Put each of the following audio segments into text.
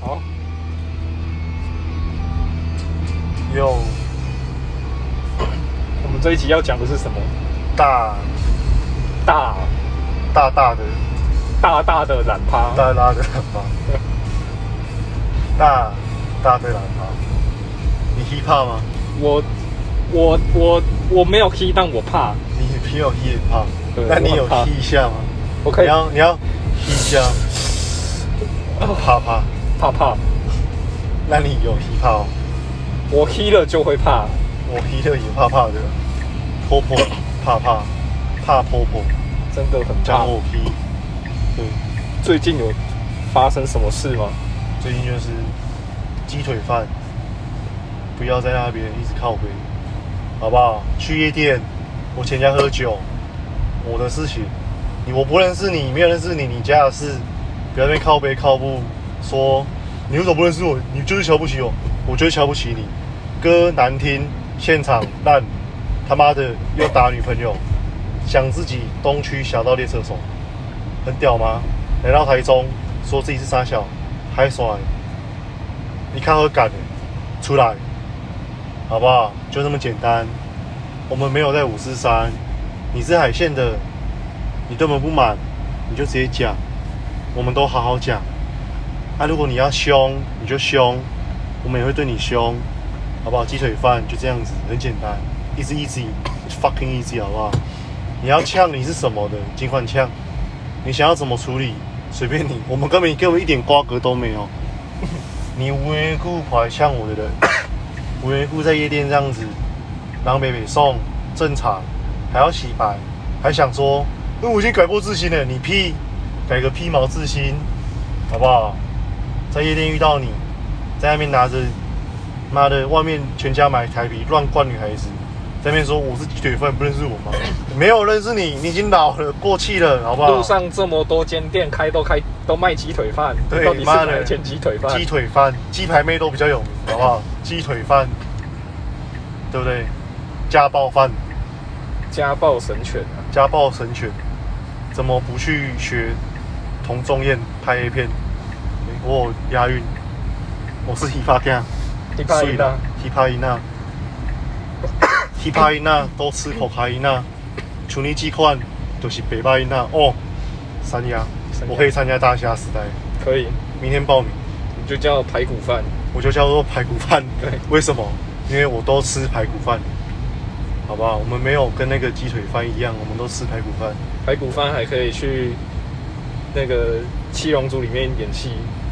好，有我们这一集要讲的是什么？大大大大的大大的懒趴，大拉的喇叭， 大大的喇叭。你 hip hop 吗？我我我我没有 key，但我怕，你没有 hip hop，对那你有我很怕 hip 一下吗？我可以你要你要 hip 一下，啪啪。怕怕，那你有 hip hop？我 key 了就会怕，我 hip 有怕怕的，婆婆怕怕怕婆婆，真的很怕讲。我 p 对，最近有发生什么事吗？最近就是鸡腿饭，不要在那边一直靠背，好不好？去夜店，我请人家喝酒，我的事情，你我不认识你，没有认识你，你家的事，不要在那边靠背靠步，说你为什么不认识我？你就是瞧不起我，我就是瞧不起你，歌难听，现场烂，他妈的又打女朋友，想自己东区小盗猎车手。很屌吗？来到台中，说自己是傻小，还耍欸，你看我敢欸出来，好不好？就那么简单。我们没有在五四三，你是海线的，你对我们不满，你就直接讲，我们都好好讲。啊，如果你要凶，你就凶，我们也会对你凶，好不好？鸡腿饭就这样子，很简单，easy easy，fucking easy，好不好？你要呛你是什么的，尽管呛。你想要怎么处理，随便你。我们根本根本一点瓜葛都没有。你无缘无故跑来呛我的人， 无缘无故在夜店这样子，狼北北送正常，还要洗白，还想说，因为我已经改过自新了，你屁，改个屁毛自新，好不好？在夜店遇到你，在那边拿着，妈的，外面全家买台啤乱灌女孩子，在那边说我是鸡腿饭，不认识我吗？ 没有认识你，你已经老了，过气了，好不好？路上这么多间店开都开都卖鸡腿饭，对到底是妈的哪一间鸡腿饭鸡？腿饭、鸡排妹都比较有名，好不好？鸡腿饭，对不对？家暴犯、家暴神犬啊！家暴神犬，怎么不去学童仲彦拍 A 片？诶我有押韵，我是 hip hop 你怕一大， ，hip hop 娜，hip hop 娜都吃口卡伊娜，像你这款就是北巴伊娜哦，三亚三，亚我可以参加大虾时代，可以，明天报名。你就叫排骨饭。我就叫做排骨饭。 对为什么？因为我都吃排骨饭，好不好？我们没有跟那个鸡腿饭一样，我们都吃排骨饭。排骨饭还可以去那个《七龙珠》里面演戏，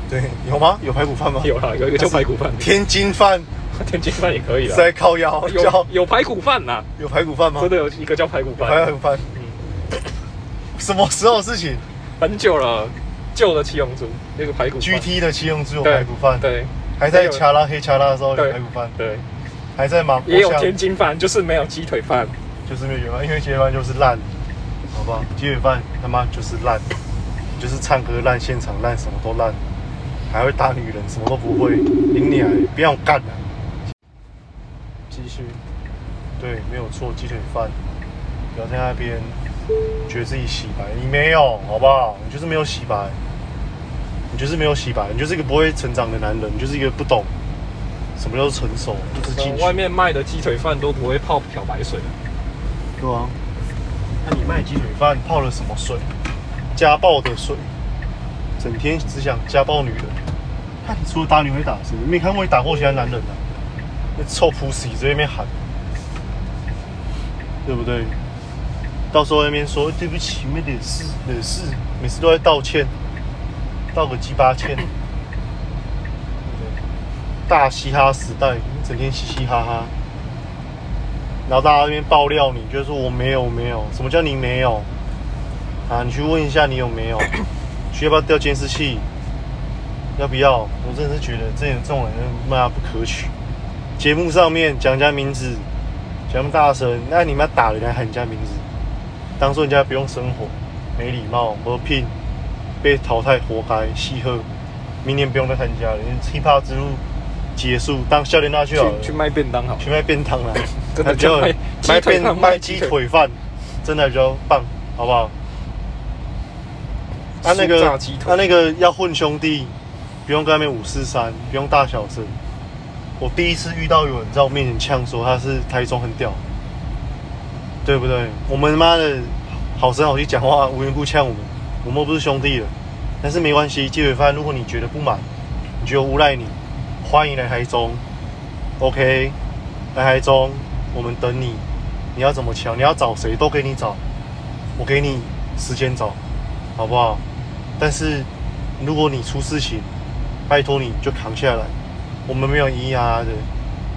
对，有吗？有排骨饭吗？有啦，有一个叫排骨饭，天津饭 天津饭也可以是啦。在靠腰，有叫啊有排骨饭呐，有排骨饭吗？真的有嗯一个叫排骨排饭骨，饭。什么时候的事情很久了，旧的《七龙珠》那个排骨饭？GT 的七龙珠有对排骨饭，，对还在卡拉黑卡拉的时候有对排骨饭，对，还在马也有国巷天津饭，就是没有鸡腿饭。就是没有原因因为鸡腿饭就是烂，好不好？鸡腿饭他妈就是烂，就是唱歌烂、现场烂、什么都烂，还会打女人，什么都不会，赢你啊！不要干了、继续，对，没有错，鸡腿饭，不要在那边觉得自己洗白，你没有，好不好？你就是没有洗白，你就是没有洗白，你就是一个不会成长的男人，你就是一个不懂什么叫做成熟，就是进去外。面卖的鸡腿饭都不会泡漂白水，对啊，那你卖鸡腿饭泡了什么水？家暴的水，整天只想家暴女人。看你除了打你会打谁？你没看过你打过其他男人啊？那臭 pussy 在那边喊，对不对？到时候在那边说对不起，没得事，没事，每次都在道歉，道个鸡巴歉。对不对大嘻哈时代，你整天嘻嘻哈哈。然后大家在那边爆料你，就是说我没有我没有，什么叫你没有？啊，你去问一下你有没有，去要不要调监视器？要不要？我真的是觉得这这种人真的妈不可取。节目上面讲人家名字，讲那么大声，那你们要打人还喊人家名字，当做人家不用生活，没礼貌，没品，被淘汰活该，戏喝。明年不用再参加了，因为 hiphop 之路结束，当笑脸那去好了。去去卖便当好了。去卖便当啦，真 的比较就卖卖鸡腿饭便卖鸡腿饭，真的比较棒，好不好？啊那酥炸个鸡腿啊那个要混兄弟，不用跟他们五四三，不用大小声。我第一次遇到有人在我面前呛说他是台中很屌，对不对？我们妈的好声好气讲话，无缘故呛我们，我们又不是兄弟了。但是没关系，基本饭，如果你觉得不满，你觉得无赖你，欢迎来台中，OK，来台中，我们等你。你要怎么瞧？你要找谁都给你找，我给你时间找，好不好？但是如果你出事情，拜托你就扛下来，我们没有咿咿呀呀的，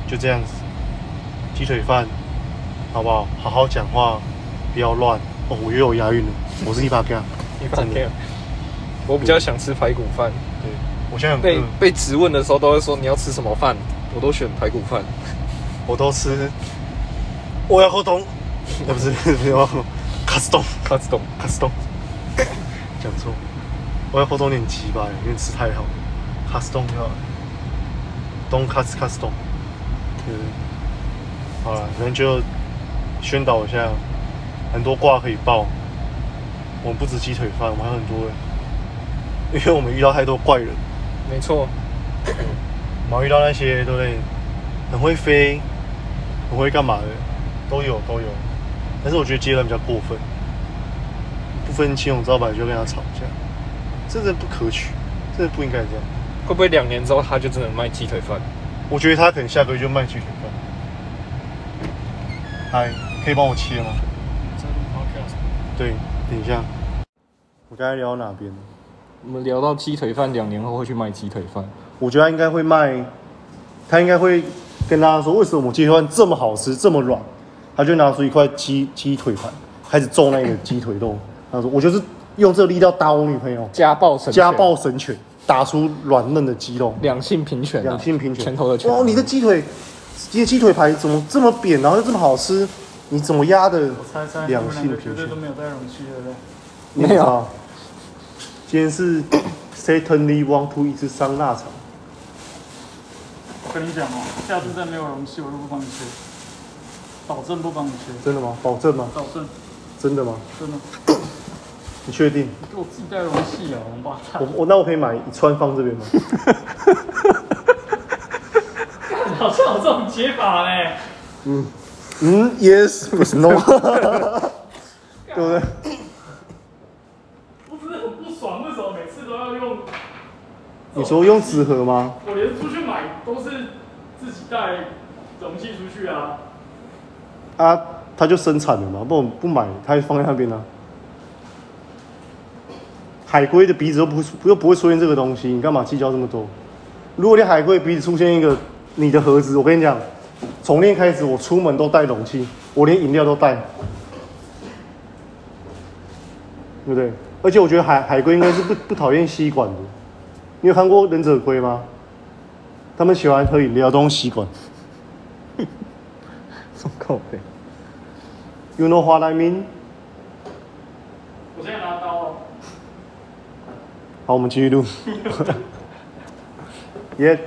就这样子，鸡腿饭，好不好？好好讲话，不要乱。哦，我又有押韵 了，我是一把干，你真放的天，我比较想吃排骨饭。对，我现在很被饿，被质问的时候都会说你要吃什么饭，我都选排骨饭。我都吃，我要喝东， 呃，不是，不要卡斯东。卡子懂，卡斯东，讲错，我要活动有点急吧，因为吃太好了。卡斯东要，东卡斯卡斯东，对好了，可能就宣导一下，很多卦可以报。我们不止鸡腿饭，我们还有很多欸，因为我们遇到太多怪人，没错，我们遇到那些对不对？很会飞，很会干嘛的，都有都有。但是我觉得接人比较过分，不分青红皂白就跟他吵架，这真的不可取，真的不应该这样。会不会两年之后他就只能卖鸡腿饭？我觉得他可能下个月就卖鸡腿饭。嗨，可以帮我切吗？对，等一下。我刚才聊到哪边了？我们聊到鸡腿饭，两年后会去卖鸡腿饭，我觉得他应该会卖，他应该会跟大家说为什么我鸡腿饭这么好吃，这么软。他就拿出一块鸡鸡腿盘，开始揍那个鸡腿肉。他说：“我就是用这个力道打我女朋友，家暴神，家暴，神犬，打出软嫩的肌肉，两性平权啊、两性平权。拳头的拳。啊哇，嗯哦你的鸡腿，你的鸡腿排怎么这么扁，然后又这么好吃？你怎么压的？我猜猜，你两们性两个平绝对权都。没有带容器，对不对？你没有知道。今天是 certainly want to 一只桑腊肠。我跟你讲哦，下次再没有容器，我就不帮你切，保证不帮你切，真的吗？保证吗？保证，真的吗？真的。你确定？给我自己带容器啊，王八蛋我！我那我可以买一串放这边吗？好像有这种解法嘞，嗯，yes，不是 no，对不对？我只是很不爽，为什么每次都要用？你说用纸盒吗？我连出去买都是自己带容器出去啊。啊，它就生产了嘛，不然不买，它就放在那边啊。海龟的鼻子又不会出又不会出现这个东西，你干嘛计较这么多？如果你海龟鼻子出现一个你的盒子，我跟你讲，从那天开始我出门都带容器，我连饮料都带，对不对？而且我觉得海海龟应该是不不讨厌吸管的，你有看过忍者龟吗？他们喜欢喝饮料都用吸管。 什么口碑？ You know what I mean？我现在拿刀哦，好，我们继续录。 耶、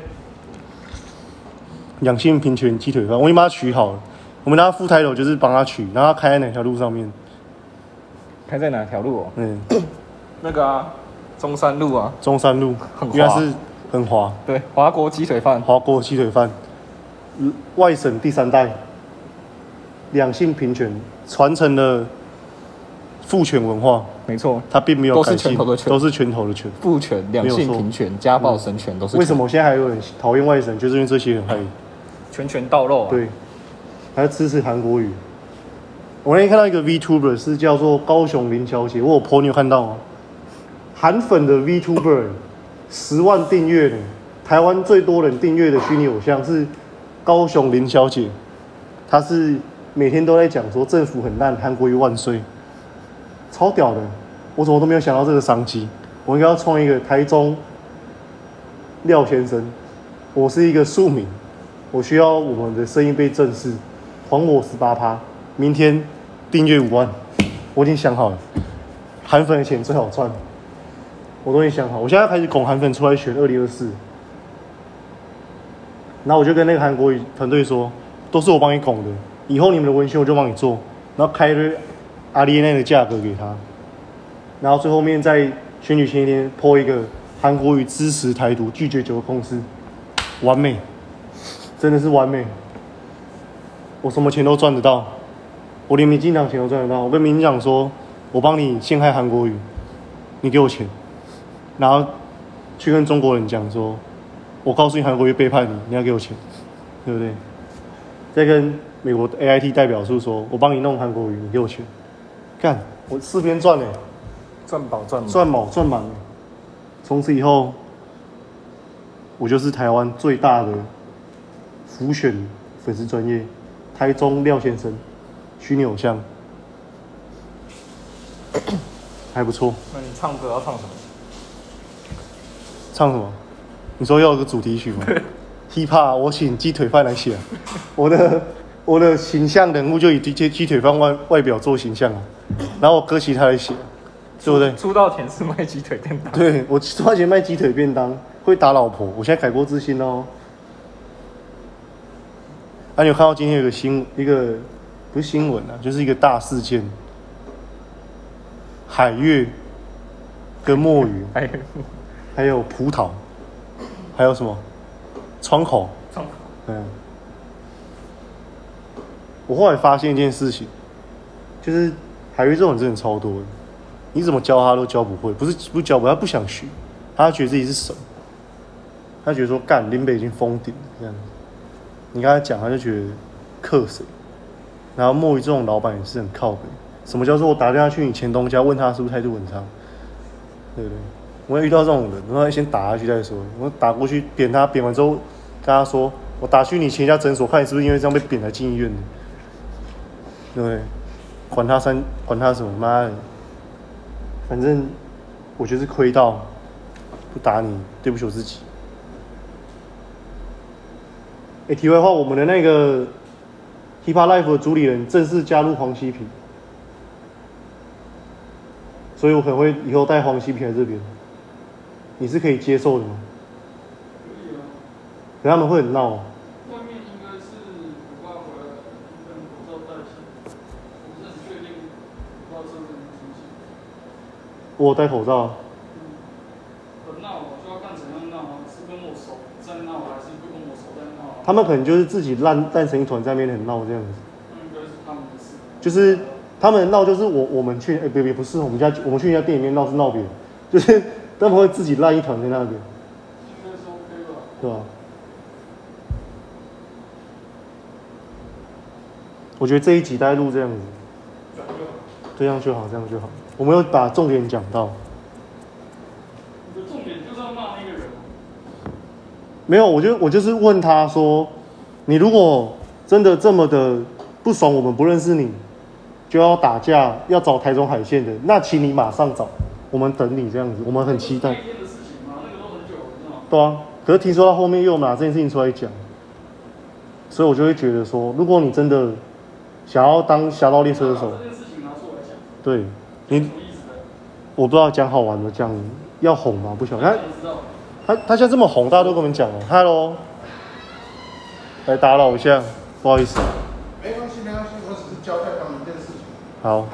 两性平权鸡腿饭，我已经把它取好了。我们让他副抬头就是帮他取，让他开在哪条路上面。开在哪条路哦？ 嗯，那个啊，中山路啊，中山路很，滑因为它是很滑，对，华国鸡腿饭，滑锅鸡腿饭，嗯外省第三代，两性平权传承了父权文化，没错，它并没有都是改进拳头的拳都是拳头的拳。父权、两性平权、家暴神权都是为什么我现在还有人讨厌外省，就是因为这些人害。拳拳到肉啊？对，还要支持韩国语。我那天看到一个 Vtuber 是叫做高雄林小姐，我有朋友看到吗？韩粉的 Vtuber 十万订阅呢，台湾最多人订阅的虚拟偶像是高雄林小姐，她是每天都在讲说政府很烂，韩国瑜万岁，超屌的，我怎么都没有想到这个商机，我应该要创一个台中廖先生，我是一个庶民，我需要我们的声音被正视，还我十八趴，明天订阅五万，我已经想好了，韩粉的钱最好赚，我都已经想好，我现在开始拱韩粉出来选二零二四，然后我就跟那个韩国语团队说，都是我帮你拱的，以后你们的文宣我就帮你做，然后开了阿里奈的价格给他，然后最后面在选举前一天 po 一个韩国瑜支持台独，拒绝九个共识，完美，真的是完美。我什么钱都赚得到，我连民进党钱都赚得到。我跟民进党说，我帮你陷害韩国瑜，你给我钱，然后去跟中国人讲说，我告诉你韩国瑜背叛你，你要给我钱，对不对？再跟美国 AIT 代表处说，我帮你弄韩国瑜，你给我钱，干，我四边赚嘞、欸赚饱赚满，赚饱赚满了。从此以后，我就是台湾最大的浮选粉丝专业，台中廖先生，虚拟偶像，还不错。那你唱歌要唱什么？唱什么？你说要有个主题曲吗？hiphop，我请鸡腿饭来写啊、我的我的形象人物就以鸡鸡腿饭外外表做形象啊，然后我歌词他来写，对不对？出道前是卖鸡腿 便当， 对我花钱卖鸡腿便当，会打老婆。我现在改过自新哦。啊，你有看到今天有个新一个不是新闻啊，就是一个大事件，海月跟墨鱼，还有还有葡萄，还有什么窗口？唱歌嗯，我后来发现一件事情，就是海瑞这种人真的超多的，你怎么教他都教不会，不是不教不会，他不想学，他觉得自己是神，他觉得说干林北已经封顶了这样子，你跟他讲他就觉得克谁，然后墨鱼这种老板也是很靠北，什么叫做我打电话去你前东家问他是不是态度很差，对不对？我也遇到这种人，然后先打下去再说。我打过去扁他，扁完之后跟他说：“我打去你前一家诊所，看你是不是因为这样被扁才进医院的。”对不对？管他三，管他什么，妈的！反正我就是亏到不打你，对不起我自己。哎、题外话，我们的那个 Hip Hop Life 的主理人正式加入黄西皮，所以我可能会以后带黄西皮来这边。你是可以接受的吗？可以啊，可他们会很闹、哦。外面应该是我爸回来，但口罩戴起，我不是很确定，不知道真的能出现。我有戴口罩，很闹啊，就要看怎样闹啊，是跟我熟在闹，还是不跟我熟在闹啊？他们可能就是自己烂烂成一团，在那边很闹这样子。那应该是他们的事。就是他们闹，就是我我们去，哎、别别不是我们家，我们去人家店里面闹是闹别人， 就是他们会自己烂一团在那边，应该是 OK 吧？对吧？我觉得这一集大概录这样子，感觉好这样就好，这样就好。我们有把重点讲到，你的重点就是要骂那个人啊。没有，我就我就是问他说，你如果真的这么的不爽，我们不认识你，就要打架，要找台中海线的，那请你马上找，我们等你这样子，我们很期待那。天的事情嘛，那个都很久了，你知道吗？对啊，可是听说到后面又拿这件事情出来讲，所以我就会觉得说，如果你真的想要当侠盗猎车手把，这件事情拿出来讲，对你什，么意思呢？我不知道讲好玩的讲要哄嘛，不晓得。你知道吗？他他他现在这么红，大家都跟我们讲哦，Hello，来打扰一下，不好意思。没关系，没关系，我只是交代他们一件事情。好，